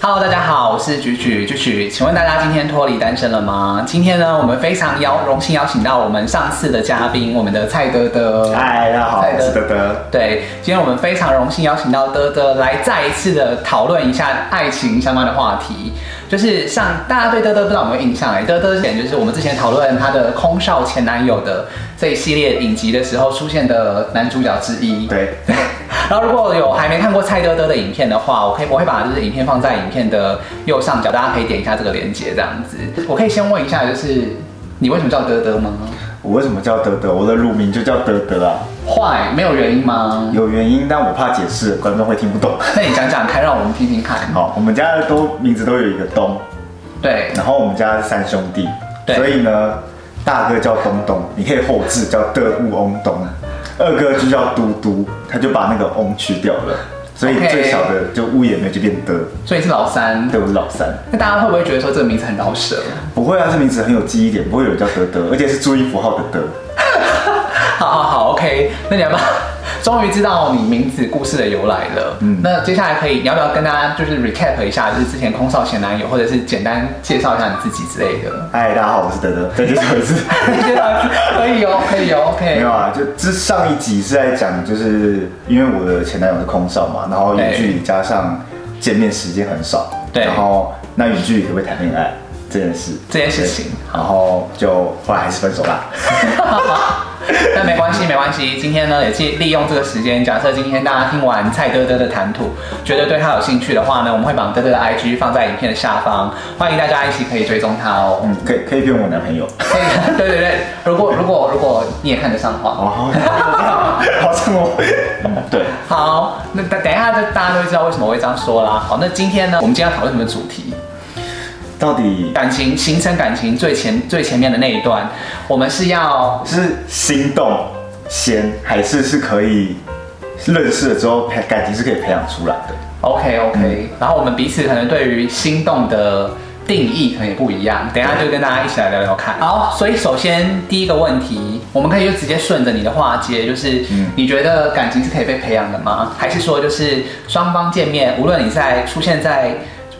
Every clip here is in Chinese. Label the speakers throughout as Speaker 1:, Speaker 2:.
Speaker 1: Hello，大家好，我是菊菊，菊菊，请问大家今天脱离单身了吗？今天呢，我们非常邀荣幸邀请到我们上次的嘉宾，我们的蔡德德。
Speaker 2: 嗨，大家好，
Speaker 1: 嗨
Speaker 2: 我是德德。
Speaker 1: 对，今天我们非常荣幸邀请到德德来再一次的讨论一下爱情相关的话题。就是像大家对德德不知道有没有印象哎、德德点就是我们之前讨论他的空少前男友的这一系列影集的时候出现的男主角之一。
Speaker 2: 对，
Speaker 1: 然后如果有还没看过蔡德德的影片的话，我可以我会把就是影片放在影片的右上角，大家可以点一下这个链接这样子。我可以先问一下，就是你为什么叫德德吗？
Speaker 2: 我为什么叫德德？我的乳名就叫德德啊，
Speaker 1: 坏没有原因吗？
Speaker 2: 有原因，但我怕解释，观众会听不懂。
Speaker 1: 那你讲讲看，让我们听听看。
Speaker 2: 好，我们家都名字都有一个东，
Speaker 1: 对，
Speaker 2: 然后我们家是三兄弟，
Speaker 1: 对
Speaker 2: 所以呢，大哥叫东东，你可以后置叫德乌翁东，二哥就叫嘟嘟，他就把那个翁去掉了，所以
Speaker 1: OK
Speaker 2: 最小的就乌眼眉就变德，
Speaker 1: 所以是老三。
Speaker 2: 对，我是老三。
Speaker 1: 那大家会不会觉得说这个名字很饶舌？
Speaker 2: 不会啊，这名字很有记忆点，不会有人叫德德，而且是注音符号的德。
Speaker 1: 好好好，OK，那你要不要？终于知道你名字故事的由来了。嗯，那接下来可以，你要不要跟大家就是 recap 一下，就是之前空少前男友，或者是简单介绍一下你自己之类的？
Speaker 2: 嗨，大家好，我是德 德，再介绍一次。
Speaker 1: 可以哦，可以哦
Speaker 2: 没有
Speaker 1: ，OK。
Speaker 2: 啊，就这上一集是在讲，就是因为我的前男友是空少嘛，然后远距离加上见面时间很少，
Speaker 1: 对
Speaker 2: 然后那远距离可不可以谈恋爱这件事，
Speaker 1: 这件事情
Speaker 2: 对然后就后来还是分手啦。
Speaker 1: 那没关系，没关系。今天呢，也借利用这个时间，假设今天大家听完蔡哥哥的谈吐，觉得对他有兴趣的话呢，我们会把哥哥的 IG 放在影片的下方，欢迎大家一起可以追踪他哦。
Speaker 2: 嗯，可以可以变我男朋友。
Speaker 1: 可以，对对对，如果如果如果你也看得上的话。
Speaker 2: 哦，
Speaker 1: 啊
Speaker 2: 好 像我，对，
Speaker 1: 好，那等等一下，就大家都会知道为什么我会这样说啦。好，那今天呢，我们今天要讨论什么主题？
Speaker 2: 到底
Speaker 1: 感情形成感情最前最前面的那一段，我们是要
Speaker 2: 是心动先，还是是可以认识了之后培感情是可以培养出来的？
Speaker 1: OK OK，、然后我们彼此可能对于心动的定义可能也不一样，等一下就跟大家一起来聊聊看。好，所以首先第一个问题，我们可以就直接顺着你的话接，就是、
Speaker 2: 嗯
Speaker 1: 你觉得感情是可以被培养的吗？还是说就是双方见面，无论你在出现在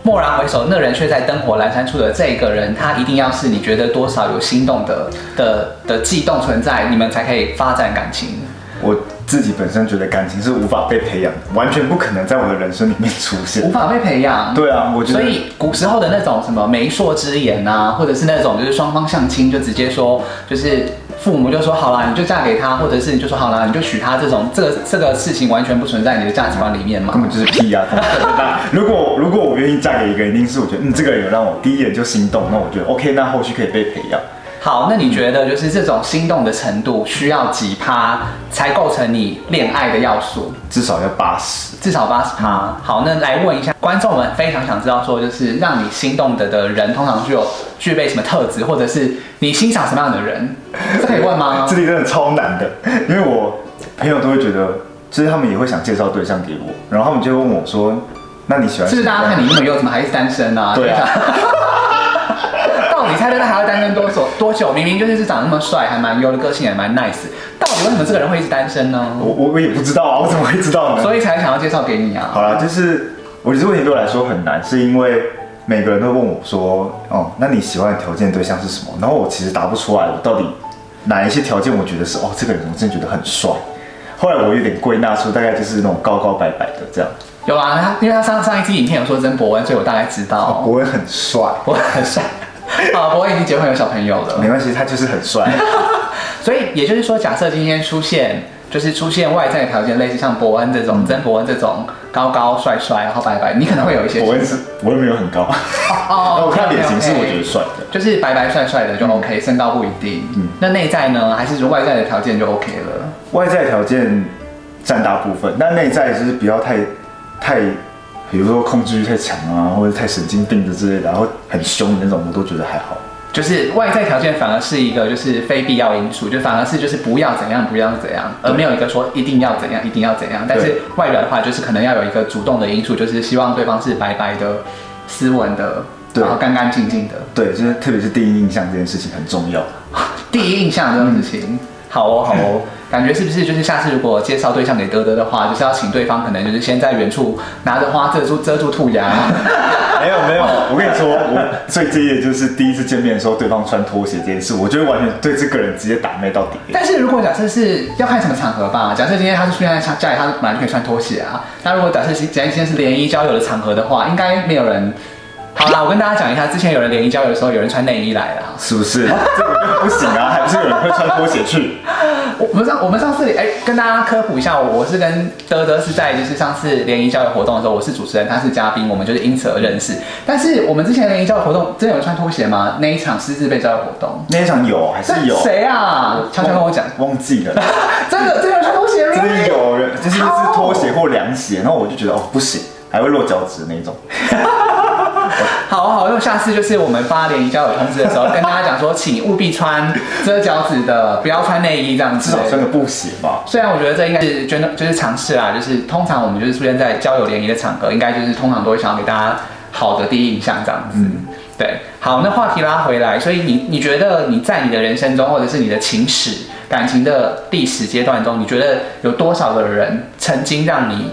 Speaker 1: 蓦然回首，那人却在灯火阑珊处的这个人，他一定要是你觉得多少有心动的的的悸动存在，你们才可以发展感情。
Speaker 2: 我自己本身觉得感情是无法被培养的，完全不可能在我的人生里面出
Speaker 1: 无
Speaker 2: 现。
Speaker 1: 法被培养。
Speaker 2: 对啊我觉得
Speaker 1: 哦所以古时候的那种什么媒妁之言啊，或者是那种就是双方相亲就直接说，就是父母就说好啦，你就嫁给他，或者是你就说好啦，你就娶她，这种这个这个事情完全不存在你的价值观里面嘛
Speaker 2: 根。本就是屁啊！根本就是那如果如果我愿意嫁给一个人，一定是我觉得嗯，这个人有让我第一眼就心动，那我觉得 OK，那后续可以被培养。
Speaker 1: 好，那你觉得就是这种心动的程度需要几趴才构成你恋爱的要素？
Speaker 2: 至少要八十。
Speaker 1: 至少八十趴。好，那来问一下观众们，非常想知道说，就是让你心动的的人，通常具有具备什么特质，或者是你欣赏什么样的人？这可以问吗？
Speaker 2: 这里真的超难的，因为我朋友都会觉得，就是他们也会想介绍对象给我，然后他们就会问我说：“那你喜欢
Speaker 1: 是不
Speaker 2: 什么
Speaker 1: 是大家
Speaker 2: 样
Speaker 1: 看你那么优，怎么还是 单身啊？
Speaker 2: 对啊，
Speaker 1: 到底蔡哥他还要单身多久？多久？明明就是长那么帅，还蛮优的，个性也蛮 nice，到底为什么这个人会一直单身呢？
Speaker 2: 我我我也不知道啊，我怎么会知道呢？
Speaker 1: 所以才想要介绍给你啊。
Speaker 2: 好啦，就是我觉得这个问题对我来说很难，是因为每个人都问我说，哦，那你喜欢的条件对象是什么？然后我其实答不出来，我到底哪一些条件我觉得是哦，这个人我真的觉得很帅。后来我有点归纳出，大概就是那种高高白白的这样，
Speaker 1: 有啊，他因为他上上一期影片有说曾博文，所以我大概知道
Speaker 2: 哦我会很帅，
Speaker 1: 博文很帅。啊，博文已经结婚有小朋友了
Speaker 2: 没。关系，他就是很帅。
Speaker 1: 所以也就是说，假设今天出现就是出现外在条件，类似像伯恩这
Speaker 2: 嗯
Speaker 1: 种、曾伯恩这种高高帅帅，然后白白，你可能会有一些哦
Speaker 2: 我也是，我也没有很高，然后我看脸型是我觉得帅的。
Speaker 1: 就是白白帅帅的就 OK，、身高不一定。那内在呢，还是如外在的条件就 OK 了。
Speaker 2: 外在条件占大部分，但内在就是不要太太，比如说控制欲太强啊，或者太神经病的之类的，然后很凶的那种，我都觉得还好。
Speaker 1: 就是外在条件反而是一个就是非必要因素，就反而是就是不要怎样不要怎样，而没有一个说一定要怎样一定要怎样。但是外表的话，就是可能要有一个主动的因素，就是希望对方是白白的、斯文的，
Speaker 2: 对
Speaker 1: 然后干干净净的。
Speaker 2: 对，就是特别是第一印象这件事情很重要。
Speaker 1: 第一印象这种事情。好哦，好哦，感觉是不是就是下次如果介绍对象给德德的话，就是要请对方可能就是先在远处拿着花遮住遮住兔牙，
Speaker 2: 哎、没有没有， 我跟你说，我最介意的就是第一次见面的时候，对方穿拖鞋这件事，我就会完全对这个人直接打妹到底。
Speaker 1: 但是如果假设是要看什么场合吧，假设今天他是出现在家家里，他本来就可以穿拖鞋啊。那如果假设是假设今天是联谊交友的场合的话，应该没有人。好啦，我跟大家讲一下，之前有人联谊交友的时候，有人穿内衣来啦。
Speaker 2: 是不 是？这个就不行啊，还不是有人会穿拖鞋去？
Speaker 1: 我我们上我们上次哎、跟大家科普一下，我我是跟德德是在就是上次联谊交友活动的时候，我是主持人，他是嘉宾，我们就是因此而认识。但是我们之前联谊交友活动，真的有人穿拖鞋吗？那一场狮子被交友活动，
Speaker 2: 那一场有还是有？
Speaker 1: 谁啊？悄悄跟我讲，
Speaker 2: 忘记了，
Speaker 1: 真的真的有人穿拖鞋
Speaker 2: 真的
Speaker 1: really？
Speaker 2: 有人就是是拖鞋或凉鞋，然后我就觉得哦不行，还会落脚趾那种。
Speaker 1: 好好，那下次就是我们发联谊交友通知的时候，跟大家讲说，请务必穿遮脚趾的，不要穿内衣这样
Speaker 2: 至
Speaker 1: 子
Speaker 2: 少。穿个布鞋吧。
Speaker 1: 虽然我觉得这应该是真的就是尝试啦，就是通常我们就是出现在交友联谊的场合，应该就是通常都会想要给大家好的第一印象这样子。
Speaker 2: 嗯
Speaker 1: 对，好，那话题拉回来，所以你你觉得你在你的人生中，或者是你的情史、感情的历史阶段中，你觉得有多少个人曾经让你，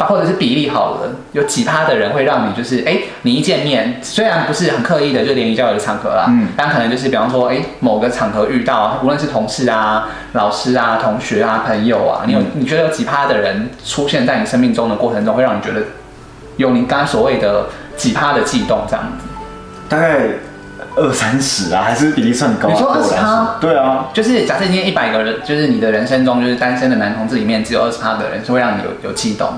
Speaker 1: 或者是比例好了，有几趴的人会让你就是，哎、你一见面，虽然不是很刻意的就联谊交友的场合啦，
Speaker 2: 嗯
Speaker 1: 但可能就是比方说，哎、某个场合遇到，无论是同事啊、老师啊、同学啊、朋友啊，你有、你觉得有几趴的人出现在你生命中的过程中，会让你觉得有你刚刚所谓的几趴的悸动这样子？
Speaker 2: 大概二三十啊，还是比例算高、啊。
Speaker 1: 你说
Speaker 2: 对我来
Speaker 1: 20%
Speaker 2: 对啊，
Speaker 1: 就是假设今天一百个人，就是你的人生中就是单身的男同志里面，只有二十趴的人是会让你有有悸动。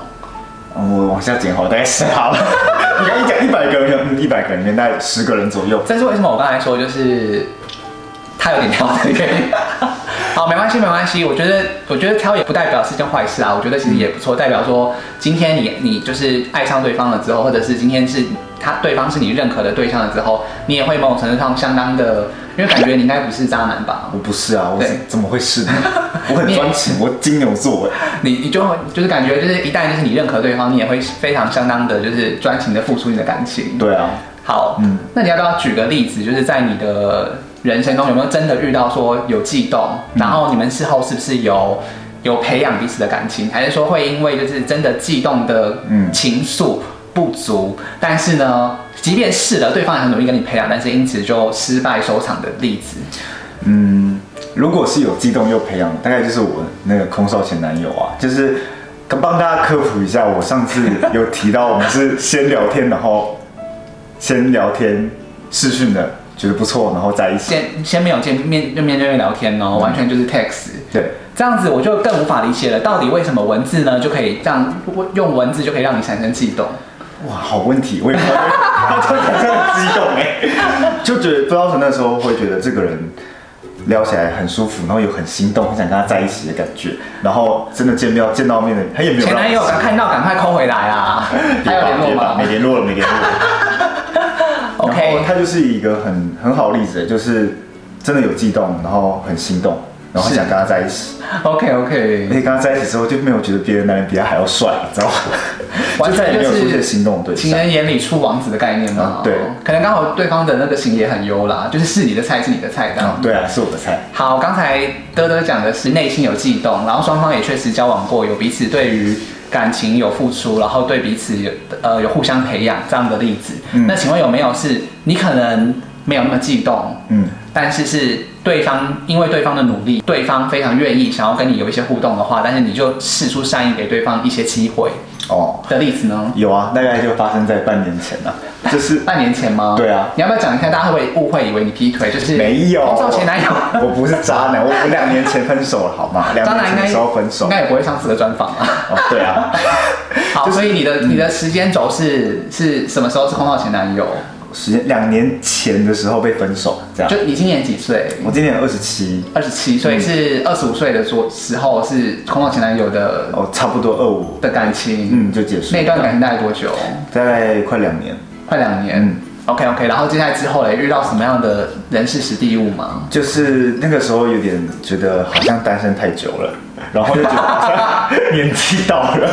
Speaker 2: 嗯我往下减好，大概十 好了。你刚一讲一百个人，一百个人里面大概十个人左右。
Speaker 1: 这是为什么我刚才说就是他有点挑的原因。 好，没关系，没关系。我觉得，我觉得挑也不代表是件坏事啊。我觉得其实也不错，代表说今天你你就是爱上对方了之后，或者是今天是他对方是你认可的对象了之后，你也会某种程度上相当的，因为感觉你应该不是渣男吧？
Speaker 2: 我不是啊，我
Speaker 1: 对
Speaker 2: 怎么会是呢？我很专情，我金牛座哎。
Speaker 1: 你你就会就是感觉就是一旦就是你认可对方，你也会非常相当的就是专情的付出你的感情。
Speaker 2: 对啊，
Speaker 1: 好，嗯
Speaker 2: 嗯，
Speaker 1: 那你要不要举个例子，就是在你的人生中有没有真的遇到说有悸动，然后你们事后是不是有有培养彼此的感情，还是说会因为就是真的悸动的
Speaker 2: 嗯
Speaker 1: 情愫不足，但是呢，即便试了，对方也很努力跟你培养，但是因此就失败收场的例子？
Speaker 2: 嗯，如果是有激动又培养，大概就是我那个空少前男友啊，就是跟帮大家科普一下，我上次有提到，我们是先聊天，然后先聊天试训的，觉得不错，然后在一起。
Speaker 1: 先先没有见面面面对面聊天哦，完全就是 text。
Speaker 2: 对，
Speaker 1: 这样子我就更无法理解了，到底为什么文字呢就可以让用文字就可以让你产生悸动？
Speaker 2: 哇，好问题，我也不知道，突然这样激动哎、 就觉得不知道从那时候会觉得这个人聊起来很舒服，然后有很心动，很想跟他在一起的感觉，然后真的见面见到面的，他也没有
Speaker 1: 前
Speaker 2: 让我
Speaker 1: 男友
Speaker 2: 失望
Speaker 1: 看到赶快扣回来 啊！还有联络
Speaker 2: 别吧
Speaker 1: 吗
Speaker 2: 没联络了，没联络了。然后
Speaker 1: ？OK，
Speaker 2: 他就是一个很很好的例子，就是真的有悸动，然后很心动，然后很想跟他在一起。
Speaker 1: OK
Speaker 2: 而
Speaker 1: OK，
Speaker 2: 且跟他在一起之后，就没有觉得别的男人比他还要帅，你知道吗？
Speaker 1: 完
Speaker 2: 就再也
Speaker 1: 全
Speaker 2: 没
Speaker 1: 就
Speaker 2: 有出现
Speaker 1: 是
Speaker 2: 心动的对
Speaker 1: 情
Speaker 2: 象。
Speaker 1: 人眼里出王子的概念嘛。
Speaker 2: 啊对，
Speaker 1: 可能刚好对方的那个型也很优啦，就是是你的菜是你的菜这样。
Speaker 2: 对啊，是我的菜。
Speaker 1: 好，刚才德德讲的是内心有悸动，然后双方也确实交往过，有彼此对于感情有付出，然后对彼此有呃有互相培养这样的例子。
Speaker 2: 嗯
Speaker 1: 那请问有没有是你可能没有那么悸动，
Speaker 2: 嗯，
Speaker 1: 但是是对方因为对方的努力，对方非常愿意想要跟你有一些互动的话，但是你就试出善意给对方一些机会
Speaker 2: 哦，
Speaker 1: 的例子呢？
Speaker 2: 有啊，大概就发生在半年前啊， 就是
Speaker 1: 半年前吗？
Speaker 2: 对啊
Speaker 1: 你要不要讲一下？大家会不会误会以为你劈腿？就是
Speaker 2: 没有
Speaker 1: 空少前男友，
Speaker 2: 我不是渣男，我我两年前分手了，好吗？两
Speaker 1: 当
Speaker 2: 年
Speaker 1: 然应
Speaker 2: 前
Speaker 1: 该
Speaker 2: 的时候分手
Speaker 1: 应。该也不会上次的专访啊。
Speaker 2: 哦，对啊，
Speaker 1: 好，
Speaker 2: 就是嗯
Speaker 1: 所以你的你的时间轴是是什么时候是空少前男友？
Speaker 2: 时间两年前的时候被分手，这样
Speaker 1: 就。你今年几岁？
Speaker 2: 我今年二十七，
Speaker 1: 二十七
Speaker 2: 嗯
Speaker 1: 岁，是二十五岁的时候时候是空少前男友的
Speaker 2: 哦，差不多二五，
Speaker 1: 的感情，
Speaker 2: 嗯，就结束。
Speaker 1: 那段感情大概多久？
Speaker 2: 大概快两年，
Speaker 1: 快两年。
Speaker 2: 嗯
Speaker 1: OK OK，然后接下来之后嘞，遇到什么样的人事实地物吗？
Speaker 2: 就是那个时候有点觉得好像单身太久了，然后就觉得好像 年纪到了。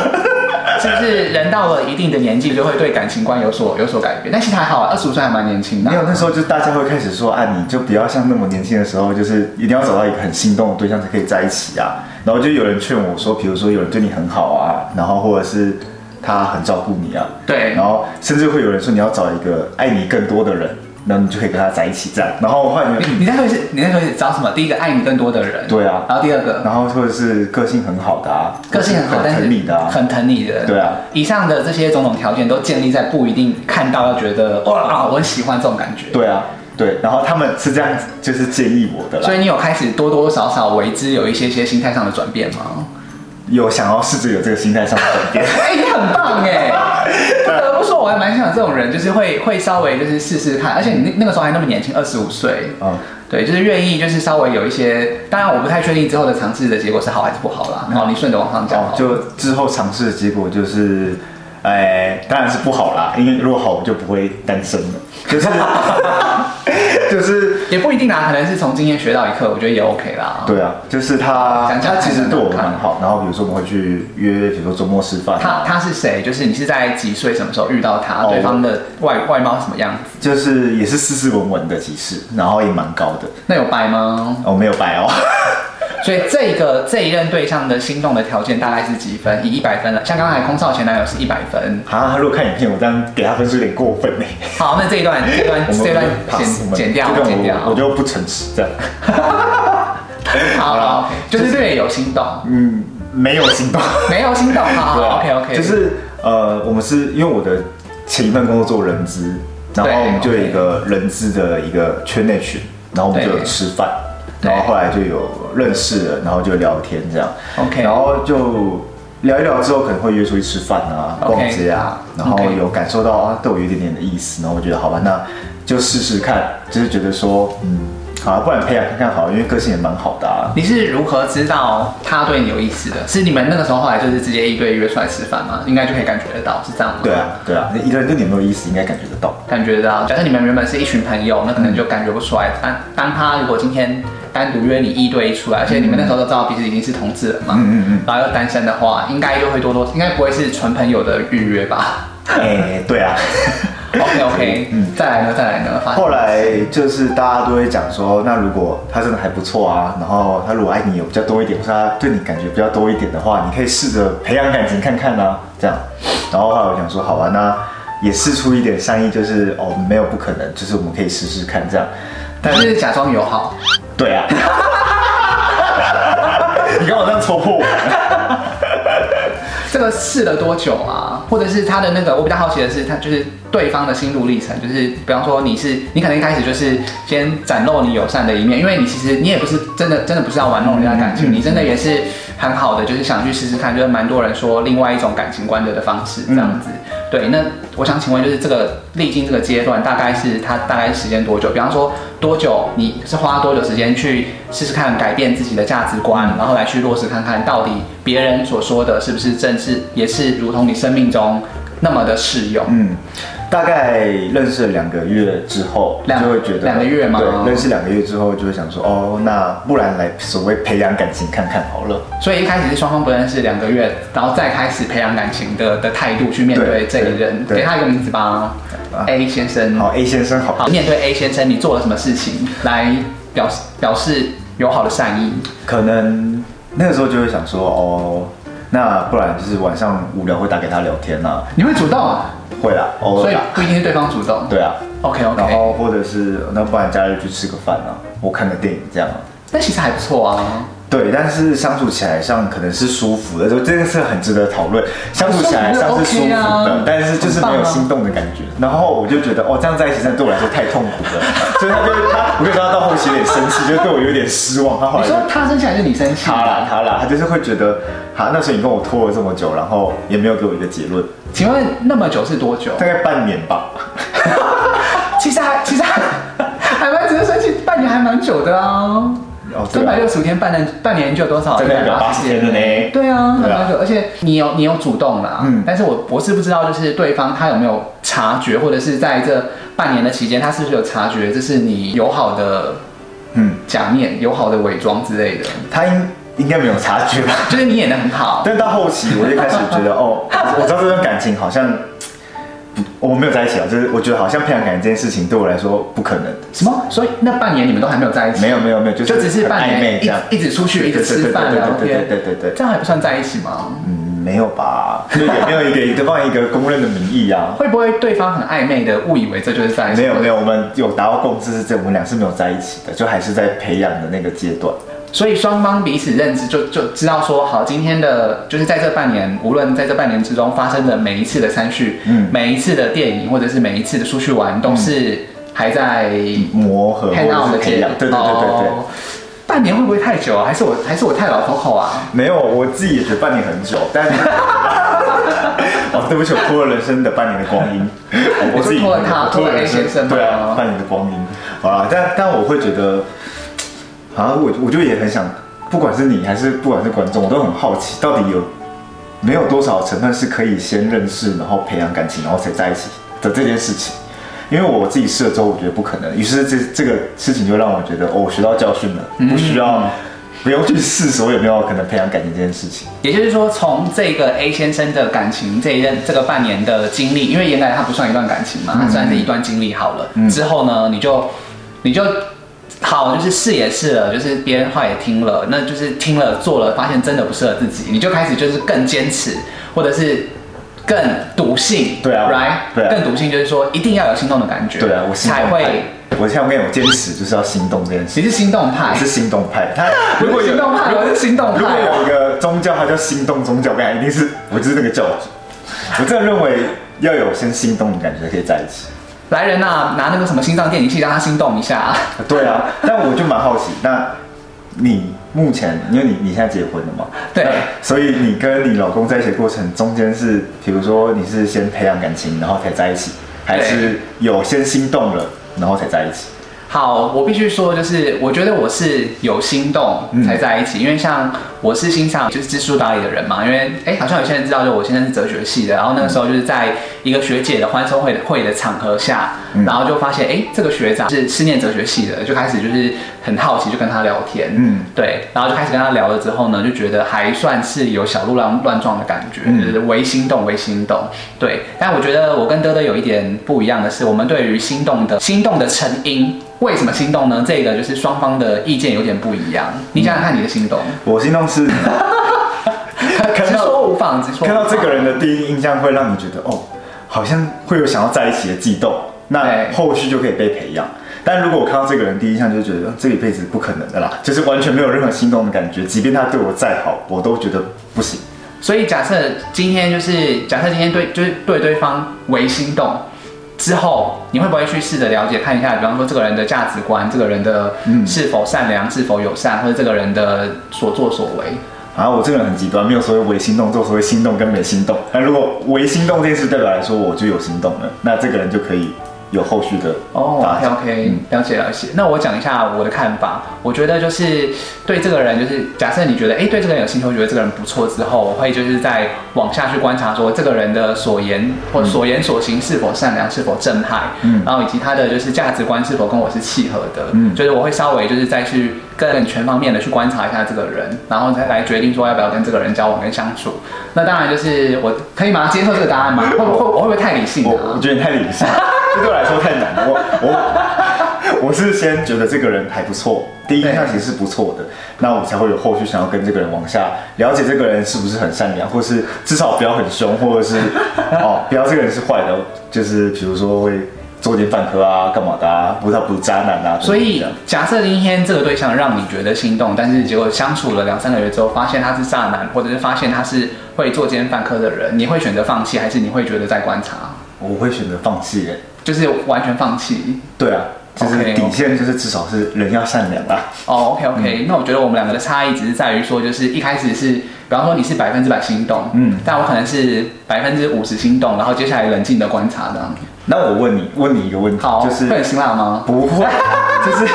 Speaker 1: 是不是人到了一定的年纪就会对感情观有所有所改变？但其实还好啊，二十五岁还蛮年轻的
Speaker 2: 没。有，那时候就大家会开始说，啊，你就不要像那么年轻的时候，就是一定要找到一个很心动的对象才可以在一起啊。然后就有人劝我说，比如说有人对你很好啊，然后或者是他很照顾你啊，
Speaker 1: 对
Speaker 2: 然后甚至会有人说你要找一个爱你更多的人，然后你就可以跟他在一起这样，然后换
Speaker 1: 你你那时候是，你那时候是找什么？第一个爱你更多的人，
Speaker 2: 对啊
Speaker 1: 然后第二个
Speaker 2: 然后或者是个性很好的啊，
Speaker 1: 个性很好，但
Speaker 2: 很
Speaker 1: 是
Speaker 2: 疼你的啊，
Speaker 1: 很疼你的，
Speaker 2: 对啊。
Speaker 1: 以上的这些种种条件都建立在不一定看到要觉得哇啊，我很喜欢这种感觉。
Speaker 2: 对啊，对，然后他们是这样子，就是建议我的啦
Speaker 1: 所，以你有开始多多少少为之有一些些心态上的转变吗？
Speaker 2: 有想要试着有这个心态上的转 变，
Speaker 1: 哎、你很棒哎！不得不说，我还蛮想这种人，就是会会稍微就是试试看，而且你那那个时候还那么年轻，二十五岁，
Speaker 2: 嗯，
Speaker 1: 对，就是愿意就是稍微有一些，当然我不太确定之后的尝试的结果是好还是不好啦。好，你顺着往上讲
Speaker 2: 哦
Speaker 1: 好，了，
Speaker 2: 就之后尝试的结果就是，哎，当然是不好啦，因为如果好我就不会单身了，就是 就是。
Speaker 1: 也不一定啦，可能是从经验学到一课，我觉得也 OK 啦。，
Speaker 2: 对啊，就是他
Speaker 1: 讲，讲
Speaker 2: 他其实对我
Speaker 1: 看
Speaker 2: 蛮好。然后比如说我们会去约，比如说周末吃饭啊，
Speaker 1: 他他是谁？就是你是在几岁、什么时候遇到他？
Speaker 2: 哦
Speaker 1: 对方的外外貌是什么样子？
Speaker 2: 就是也是斯斯文文的集市，然后也蛮高的。
Speaker 1: 那有掰吗？
Speaker 2: 哦，没有白哦，
Speaker 1: 所以这个这一任对象的心动的条件大概是几分？以一百分了，像刚才空少前男友是一百分。
Speaker 2: 啊，他如果看影片，我这样给他分数有点过分欸呢。
Speaker 1: 好，那这一 段这一段
Speaker 2: 我们
Speaker 1: 这一段
Speaker 2: 我们 pass，我
Speaker 1: 剪剪
Speaker 2: 们
Speaker 1: 掉
Speaker 2: 这段我
Speaker 1: 剪掉。
Speaker 2: 我就不诚实这样。
Speaker 1: 好了，就是对你有心动，
Speaker 2: 嗯，没有行动。
Speaker 1: 没有心动，好
Speaker 2: 对
Speaker 1: 好
Speaker 2: 啊
Speaker 1: OK OK，
Speaker 2: 就是呃，我们是因为我的前一份工作做人资，然后
Speaker 1: 对
Speaker 2: 我们就有
Speaker 1: OK
Speaker 2: 一个人资的一个圈内群，然后我们就有
Speaker 1: 对
Speaker 2: 吃饭，
Speaker 1: 对
Speaker 2: 然后后来就有认识了，然后就聊天这样
Speaker 1: OK
Speaker 2: 然后就。聊一聊之后可能会约出去吃饭啊、
Speaker 1: OK
Speaker 2: 逛街啊，然后
Speaker 1: OK
Speaker 2: 有感受到啊，对我有一点点的意思，然后我觉得好吧，那就试试看，就是觉得说，嗯，好、啊，不然培养看看好了，因为个性也蛮好的啊，
Speaker 1: 你是如何知道他对你有意思的？是你们那个时候后来就是直接一对一约出来吃饭吗？应该就可以感觉得到，是这样吗？
Speaker 2: 对，啊，对啊，一个人对你有没有意思，应该感觉得 到。
Speaker 1: 感觉得到。假设你们原本是一群朋友，那可能就感觉不出来。但当他如果今天单独约你一对一出来，而且你们那时候都知道彼此已经是同志了嘛，
Speaker 2: 嗯嗯嗯
Speaker 1: 然后又单身的话，应该就会多多，应该不会是纯朋友的预约 吧
Speaker 2: 哎、对啊。
Speaker 1: ？OK OK，嗯，再来呢，再来呢，发生
Speaker 2: 后来就是大家都会讲说，那如果他真的还不错啊，然后他如果爱你有比较多一点，或是他对你感觉比较多一点的话，你可以试着培养感情看看啊，这样。然后后来我想说，好吧，那也试出一点善意，就是哦，没有不可能，就是我们可以试试看这样。但
Speaker 1: 就是假装友好。
Speaker 2: 对啊，你刚好这样戳破我。
Speaker 1: 这个试了多久啊？或者是他的那个，我比较好奇的是，他就是对方的心路历程，就是比方说你是，你可能一开始就是先展露你友善的一面，因为你其实你也不是真的真的不是要玩弄人家的感情，你真的也是很好的，就是想去试试看，就是蛮多人说另外一种感情观的的方式这样子。对，那我想请问，就是这个历经这个阶段，大概是他大概时间多久？比方说多久，你是花多久时间去试试看改变自己的价值观，然后来去落实看看，到底别人所说的是不是正是也是如同你生命中那么的适用？
Speaker 2: 嗯，大概认识了两个月之后，
Speaker 1: 两
Speaker 2: 就会觉得
Speaker 1: 两个月哦吗
Speaker 2: 对，认识两个月之后就会想说，哦，那不然来所谓培养感情看看好了。
Speaker 1: 所以一开始是双方不认识两个月，然后再开始培养感情的的态度去面对
Speaker 2: 对
Speaker 1: 这一人，
Speaker 2: 对
Speaker 1: 给他一个名字吧
Speaker 2: 啊
Speaker 1: ，A 先生。
Speaker 2: 好，A 先生好，
Speaker 1: 好，面对 A 先生，你做了什么事情来表示表示友好的善意？
Speaker 2: 可能那个时候就会想说，哦，那不然就是晚上无聊会打给他聊天啊，
Speaker 1: 你会主动，
Speaker 2: 会啦，偶
Speaker 1: 所
Speaker 2: 尔
Speaker 1: 以
Speaker 2: 啦，
Speaker 1: 不一定是对方主动。
Speaker 2: 对啊。
Speaker 1: OK
Speaker 2: 然
Speaker 1: OK，
Speaker 2: 后或者是那不然假日去吃个饭啊，我看个电影这样啊。
Speaker 1: 那其实还不错啊。
Speaker 2: 对，但是相处起来上可能是舒服的，就这件事很值得讨论。相处起
Speaker 1: 哦
Speaker 2: 来上是舒服
Speaker 1: 很棒
Speaker 2: 的
Speaker 1: 啊，
Speaker 2: 但是就是没有心动的感觉。然后我就觉得，哦，这样在一起真的对我来说太痛苦了，所以他就他，我跟你说他到后期有点生气，就对我有点失望。他后
Speaker 1: 你
Speaker 2: 来就
Speaker 1: 说他生气还是你生气？
Speaker 2: 他啦他啦，他就是会觉得，好，那时候你跟我拖了这么久，然后也没有给我一个结论，
Speaker 1: 请问那么久是多久？
Speaker 2: 大概半年吧。
Speaker 1: 其实还其实还 还蛮值得生气，半年还蛮久的啊。
Speaker 2: 哦，
Speaker 1: 三
Speaker 2: 对
Speaker 1: 百
Speaker 2: 啊
Speaker 1: 六，十五天半年半年就有多少？
Speaker 2: 真的有
Speaker 1: 180
Speaker 2: 80天的呢
Speaker 1: 对啊，很
Speaker 2: 对啊
Speaker 1: 蛮久。而且你有你有主动啦，
Speaker 2: 嗯
Speaker 1: 但是我我是不知道，就是对方他有没有察觉，或者是在这半年的期间，他是不是有察觉，这是你友好的
Speaker 2: 嗯，
Speaker 1: 假面、友好的伪装之类的，
Speaker 2: 他应应该没有察觉吧？
Speaker 1: 就是你演的很好。
Speaker 2: 但到后期我就开始觉得，哦，我知道这段感情好像不，我们没有在一起啊，就是我觉得好像培养感情这件事情对我来说不可能，
Speaker 1: 什么？所以那半年你们都还没有在一起？
Speaker 2: 没有没有没有，就是
Speaker 1: 就只是
Speaker 2: 很
Speaker 1: 半
Speaker 2: 暧昧
Speaker 1: 年
Speaker 2: 这样，
Speaker 1: 一一直出去，一直吃饭
Speaker 2: 对
Speaker 1: 聊
Speaker 2: 对对对
Speaker 1: 天，
Speaker 2: 对对对对对对
Speaker 1: 这样还不算在一起吗？
Speaker 2: 嗯，没有吧？就也没有一个一个放一个公认的名义啊。
Speaker 1: 会不会对方很暧昧的误以为这就是在一起？
Speaker 2: 没有没有，我们有达到共识是这，我们俩是没有在一起的，就还是在培养的那个阶段。
Speaker 1: 所以双方彼此认知就就知道说，好，今天的就是在这半年，无论在这半年之中发生的每一次的餐叙，
Speaker 2: 嗯
Speaker 1: 每一次的电影或者是每一次的出去玩，都是还在
Speaker 2: 磨合或
Speaker 1: 看到的
Speaker 2: 者是培
Speaker 1: 阶
Speaker 2: 养
Speaker 1: 段，，
Speaker 2: 对对对对对。
Speaker 1: 哦半年会不会太久啊？还是我还是我太老头口啊？
Speaker 2: 没有，我自己也觉得半年很久，但 哦，对不起，我拖了人生的半年的光 阴，我我自己
Speaker 1: 拖了他
Speaker 2: 我
Speaker 1: 拖了 A
Speaker 2: 人
Speaker 1: 先生
Speaker 2: 生
Speaker 1: 吗
Speaker 2: 对啊，半年的光阴，好啦，但但我会觉得，啊，我我就也很想，不管是你还是不管是观众，我都很好奇，到底有没有多少成分是可以先认识，然后培养感情，然后才在一起的这件事情。因为我自己试了之后，我觉得不可能，于是这这个事情就让我觉得，哦，我学到教训了，
Speaker 1: 嗯
Speaker 2: 不需要，不用去试所有没有可能培养感情这件事情。
Speaker 1: 也就是说，从这个 A 先生的感情这一任这个半年的经历，因为原来他不算一段感情嘛，
Speaker 2: 嗯
Speaker 1: 他算是一段经历好了。之后呢，你就你就好，就是试也试了，就是别人话也听了，那就是听了做了，发现真的不适合自己，你就开始就是更坚持，或者是更笃信，
Speaker 2: 对啊
Speaker 1: ，right，
Speaker 2: 对啊
Speaker 1: 更笃信就是说一定要有心动的感觉，
Speaker 2: 对啊，我心
Speaker 1: 才
Speaker 2: 动派
Speaker 1: 会。，
Speaker 2: 我像面我坚持就是要心动这件事，
Speaker 1: 你是心动派
Speaker 2: 我，是心动派。他
Speaker 1: 啊 我
Speaker 2: 如果
Speaker 1: 是
Speaker 2: 有
Speaker 1: 心动派，我是心动
Speaker 2: 如果
Speaker 1: 派啊。
Speaker 2: 有一个宗教，它叫心动宗教，我跟你讲一定是我就是那个教主。我真的认为要有先心动的感觉才可以在一起。
Speaker 1: 来人呐、拿那个什么心脏电击器让他心动一下啊。
Speaker 2: 对啊，但我就蛮好奇，那你目前，因为你你现在结婚了嘛，
Speaker 1: 对
Speaker 2: 那所以你跟你老公在一起的过程中间是，比如说你是先培养感情，然后才在一起，还是有先心动了，然后才在一起？
Speaker 1: 好，我必须说，就是我觉得我是有心动才在一起，因为像我是欣赏就是知书达理的人嘛，因为哎、好像有些人知道，就我现在是哲学系的，然后那个时候就是在一个学姐的欢送会的会的场合下，然后就发现哎、诶这个学长是是念哲学系的，就开始就是很好奇，就跟他聊天，
Speaker 2: 嗯
Speaker 1: 嗯，对，然后就开始跟他聊了之后呢，就觉得还算是有小鹿乱乱撞的感觉，
Speaker 2: 嗯
Speaker 1: 就是微心动，微心动。对，但我觉得我跟德德有一点不一样的是，我们对于心动的心动的成因，为什么心动呢？这个就是双方的意见有点不一样。你想想看，你的心动，
Speaker 2: 我心动 是 看
Speaker 1: 直
Speaker 2: 到
Speaker 1: 说无妨，直说无妨。
Speaker 2: 看到这个人的第一印象会让你觉得哦，好像会有想要在一起的悸动，那
Speaker 1: 对
Speaker 2: 后续就可以被培养。但如果我看到这个人第一印象就觉得呃这一辈子不可能的啦，就是完全没有任何心动的感觉，即便他对我再好，我都觉得不行。
Speaker 1: 所以假设今天就是假设今天对就是对对方为心动之后，你会不会去试着了解看一下，比方说这个人的价值观，这个人的是否善良、是否友善，或者这个人的所作所为？
Speaker 2: 然啊后我这个人很极端，没有所谓唯心动，做所谓心动跟没心动。那如果唯心动这件事代表来说，我就有心动了，那这个人就可以有后续的
Speaker 1: 哦
Speaker 2: 发
Speaker 1: ，OK
Speaker 2: 展。
Speaker 1: OK，
Speaker 2: 嗯
Speaker 1: 了解了解。那我讲一下我的看法，我觉得就是对这个人，就是假设你觉得哎、诶对这个人有兴趣，我觉得这个人不错之后，我会就是在往下去观察说这个人的所言或所言所行是否善良，是否正派，
Speaker 2: 嗯
Speaker 1: 然后以及他的就是价值观是否跟我是契合的，
Speaker 2: 嗯
Speaker 1: 就是我会稍微就是再去更全方面的去观察一下这个人，然后再来决定说要不要跟这个人交往跟相处。那当然就是我可以吗？接受这个答案吗？会不会我会不会太理性了、
Speaker 2: 我我
Speaker 1: 啊？
Speaker 2: 觉得你太理性，这对我来说太难了。我我我是先觉得这个人还不错，第一印象其实是不错的，那我才会有后续想要跟这个人往下了解这个人是不是很善良，或是至少不要很凶，或者是 哦不要这个人是坏的，就是比如说会作奸犯科啊，干嘛的啊，或者他不是渣男啊。
Speaker 1: 所
Speaker 2: 等等这
Speaker 1: 以
Speaker 2: 样，
Speaker 1: 假设今天这个对象让你觉得心动，但是结果相处了两三个月之后，发现他是渣男，或者是发现他是会作奸犯科的人，你会选择放弃，还是你会觉得在观察，
Speaker 2: 我会选择放弃耶。
Speaker 1: 就是完全放弃？
Speaker 2: 对啊，就是
Speaker 1: OK，OK
Speaker 2: 底线就是至少是人要善良啊。
Speaker 1: 哦、o k OK，、那我觉得我们两个的差异只是在于说，就是一开始是，比方说你是百分之百心动，
Speaker 2: 嗯
Speaker 1: 嗯，但我可能是百分之五十心动，然后接下来冷静的观察这样。
Speaker 2: 那我问你，问你一个问题，
Speaker 1: 好，
Speaker 2: 就是
Speaker 1: 会很辛辣吗？
Speaker 2: 不会，就是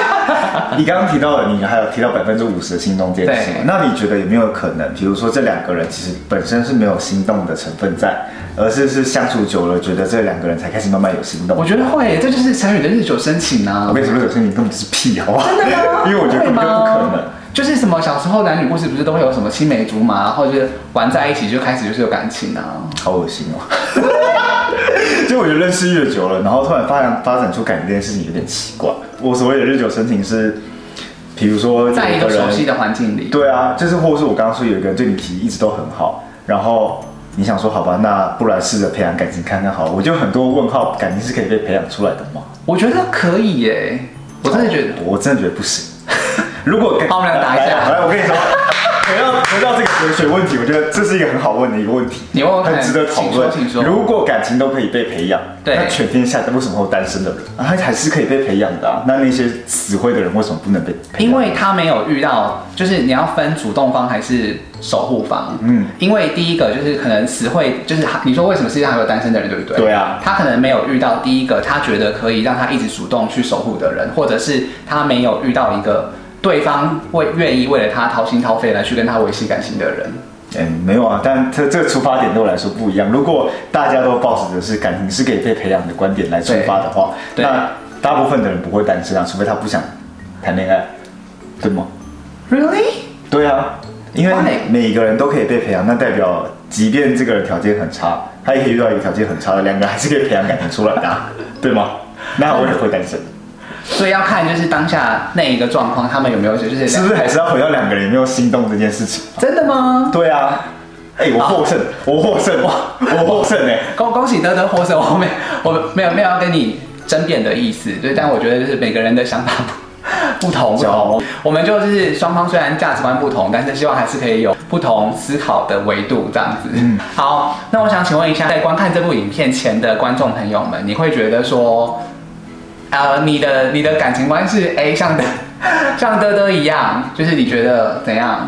Speaker 2: 你刚刚提到了，你还有提到百分之五十的心动这件事嘛
Speaker 1: 对
Speaker 2: 那你觉得有没有可能，比如说这两个人其实本身是没有心动的成分在，而是是相处久了，觉得这两个人才开始慢慢有心动？
Speaker 1: 我觉得会，这就是成语的日久生情啊。
Speaker 2: 我跟你说，这种事情根本就是屁，好不好？ 因为我觉得根本就不可能。
Speaker 1: 就是什么小时候男女故事不是都会有什么青梅竹马，然后就是玩在一起就开始就是有感情啊。
Speaker 2: 好恶心哦！ 就我觉得认识越久了，然后突然发展发展出感情这件事情有点奇怪。我所谓的日久生情是，比如说有
Speaker 1: 在一个
Speaker 2: 人
Speaker 1: 熟悉的环境里，
Speaker 2: 对啊，就是或者是我刚刚说有一个人对你其实一直都很好，然后你想说好吧，那不然试着培养感情看看好了。我就很多问号，感情是可以被培养出来的吗？
Speaker 1: 我觉得可以耶、我真的觉得。
Speaker 2: 我真的觉得不行。 如果
Speaker 1: 好我们俩打一架
Speaker 2: 来，来我跟你说， 回到回到这个哲学问题，我觉得这是一个很好问的一个问题，
Speaker 1: 你问问看
Speaker 2: 很值得讨论
Speaker 1: 请说请说。
Speaker 2: 如果感情都可以被培养，
Speaker 1: 对
Speaker 2: 那全天下为什么会有单身的人？啊，还还是可以被培养的啊。那那些死灰的人为什么不能被培养？
Speaker 1: 因为他没有遇到，就是你要分主动方还是守护方。
Speaker 2: 嗯
Speaker 1: 嗯，因为第一个就是可能词汇，就是他你说为什么世界上还有单身的人，对不对？
Speaker 2: 对啊
Speaker 1: 他可能没有遇到第一个他觉得可以让他一直主动去守护的人，或者是他没有遇到一个对方会愿意为了他掏心掏肺来去跟他维系感情的人。
Speaker 2: 嗯，没有啊，但这这个出发点对我来说不一样。如果大家都抱持的是感情是可以被培养的观点来出发的话，
Speaker 1: 对对
Speaker 2: 那大部分的人不会单身啊，除非他不想谈恋爱，对吗？
Speaker 1: Really？
Speaker 2: 对啊，因为
Speaker 1: Why？
Speaker 2: 每个人都可以被培养，那代表即便这个人条件很差，他也可以遇到一个条件很差的，两个还是可以培养感情出来的 啊、对吗？那我也会单身，
Speaker 1: 所以要看就是当下那一个状况，他们有没有就是
Speaker 2: 是不是还是要回到两个人有没有心动这件事情？
Speaker 1: 真的吗？
Speaker 2: 对啊，哎、我获胜，我获胜，我获胜哎、
Speaker 1: 恭恭喜德德获胜，我没我没有没有要跟你争辩的意思，对，但我觉得就是每个人的想法不不同，不
Speaker 2: 骄傲
Speaker 1: 同。我们就是双方虽然价值观不同，但是希望还是可以有不同思考的维度这样子。
Speaker 2: 嗯
Speaker 1: 好，那我想请问一下，在观看这部影片前的观众朋友们，你会觉得说，呃，你的你的感情观是哎像的像德德一样，就是你觉得怎样？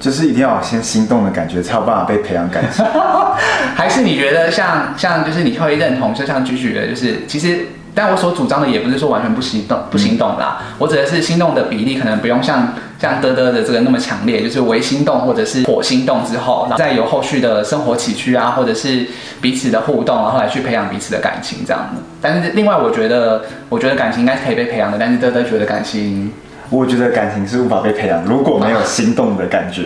Speaker 2: 就是一定要有先心动的感觉，才有办法被培养感情。
Speaker 1: 还是你觉得像像就是你会认同，就像居居的，就是其实，但我所主张的也不是说完全不心
Speaker 2: 嗯
Speaker 1: 动不心动啦，我指的是心动的比例可能不用像像德德的这个那么强烈，就是为心动或者是火心动之后，然后再有后续的生活起居啊，或者是彼此的互动，然啊后来去培养彼此的感情这样的。但是另外，我觉得我觉得感情应该是可以被培养的，但是德德觉得感情
Speaker 2: 我觉得感情是无法被培养，如果没有心动的感觉，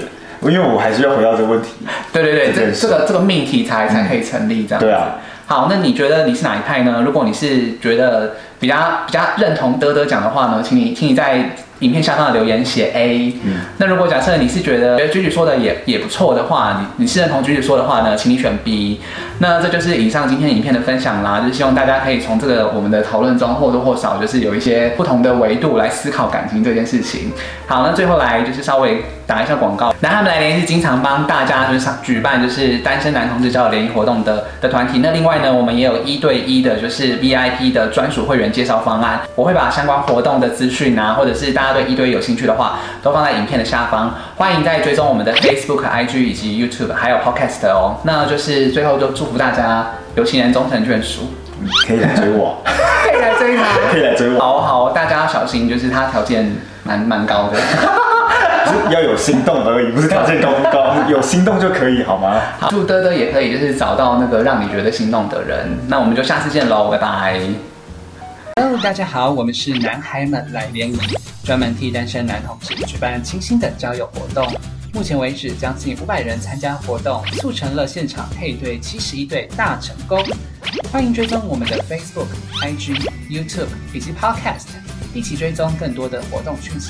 Speaker 2: 因为我还是要回到这个问题。
Speaker 1: 对对对，
Speaker 2: 这
Speaker 1: 这
Speaker 2: 件事
Speaker 1: 这个这个命题才才可以成立这样、
Speaker 2: 对啊。
Speaker 1: 好，那你觉得你是哪一派呢？如果你是觉得比较比较认同德德讲的话呢，请你请你在影片下方的留言写 A。
Speaker 2: 嗯
Speaker 1: 那如果假设你是觉得菊菊说的也也不错的话，你你是认同菊菊说的话呢，请你选 B。那这就是以上今天影片的分享啦，就是希望大家可以从这个我们的讨论中或多或少就是有一些不同的维度来思考感情这件事情。好，那最后来就是稍微打一下广告，那他们来联系经常帮大家就是上举办就是单身男同志交流联谊活动的的团体。那另外呢，我们也有一对一的，就是 VIP 的专属会员介绍方案，我会把相关活动的资讯啊，或者是大家对一对一有兴趣的话，都放在影片的下方。欢迎再追踪我们的 Facebook、IG 以及 YouTube，还有 Podcast 哦。那就是最后就祝福大家有情人终成眷属，
Speaker 2: 你可以来追我，啊
Speaker 1: 可以来追他，
Speaker 2: 可以来追我，啊
Speaker 1: 好好，大家要小心，就是他条件蛮蛮高的。
Speaker 2: 是 要有心动而已，不是条件高不高，有心动就可以，好吗？
Speaker 1: 好，祝德德也可以就是找到那个让你觉得心动的人。那我们就下次见喽，拜拜。Hello，大家好，我们是男孩们来联谊，专门替单身男同志举办清新的交友活动。目前为止，将近五百人参加活动，促成了现场配对七十一对大成功。欢迎追踪我们的 Facebook、IG、YouTube 以及 Podcast，一起追踪更多的活动讯息。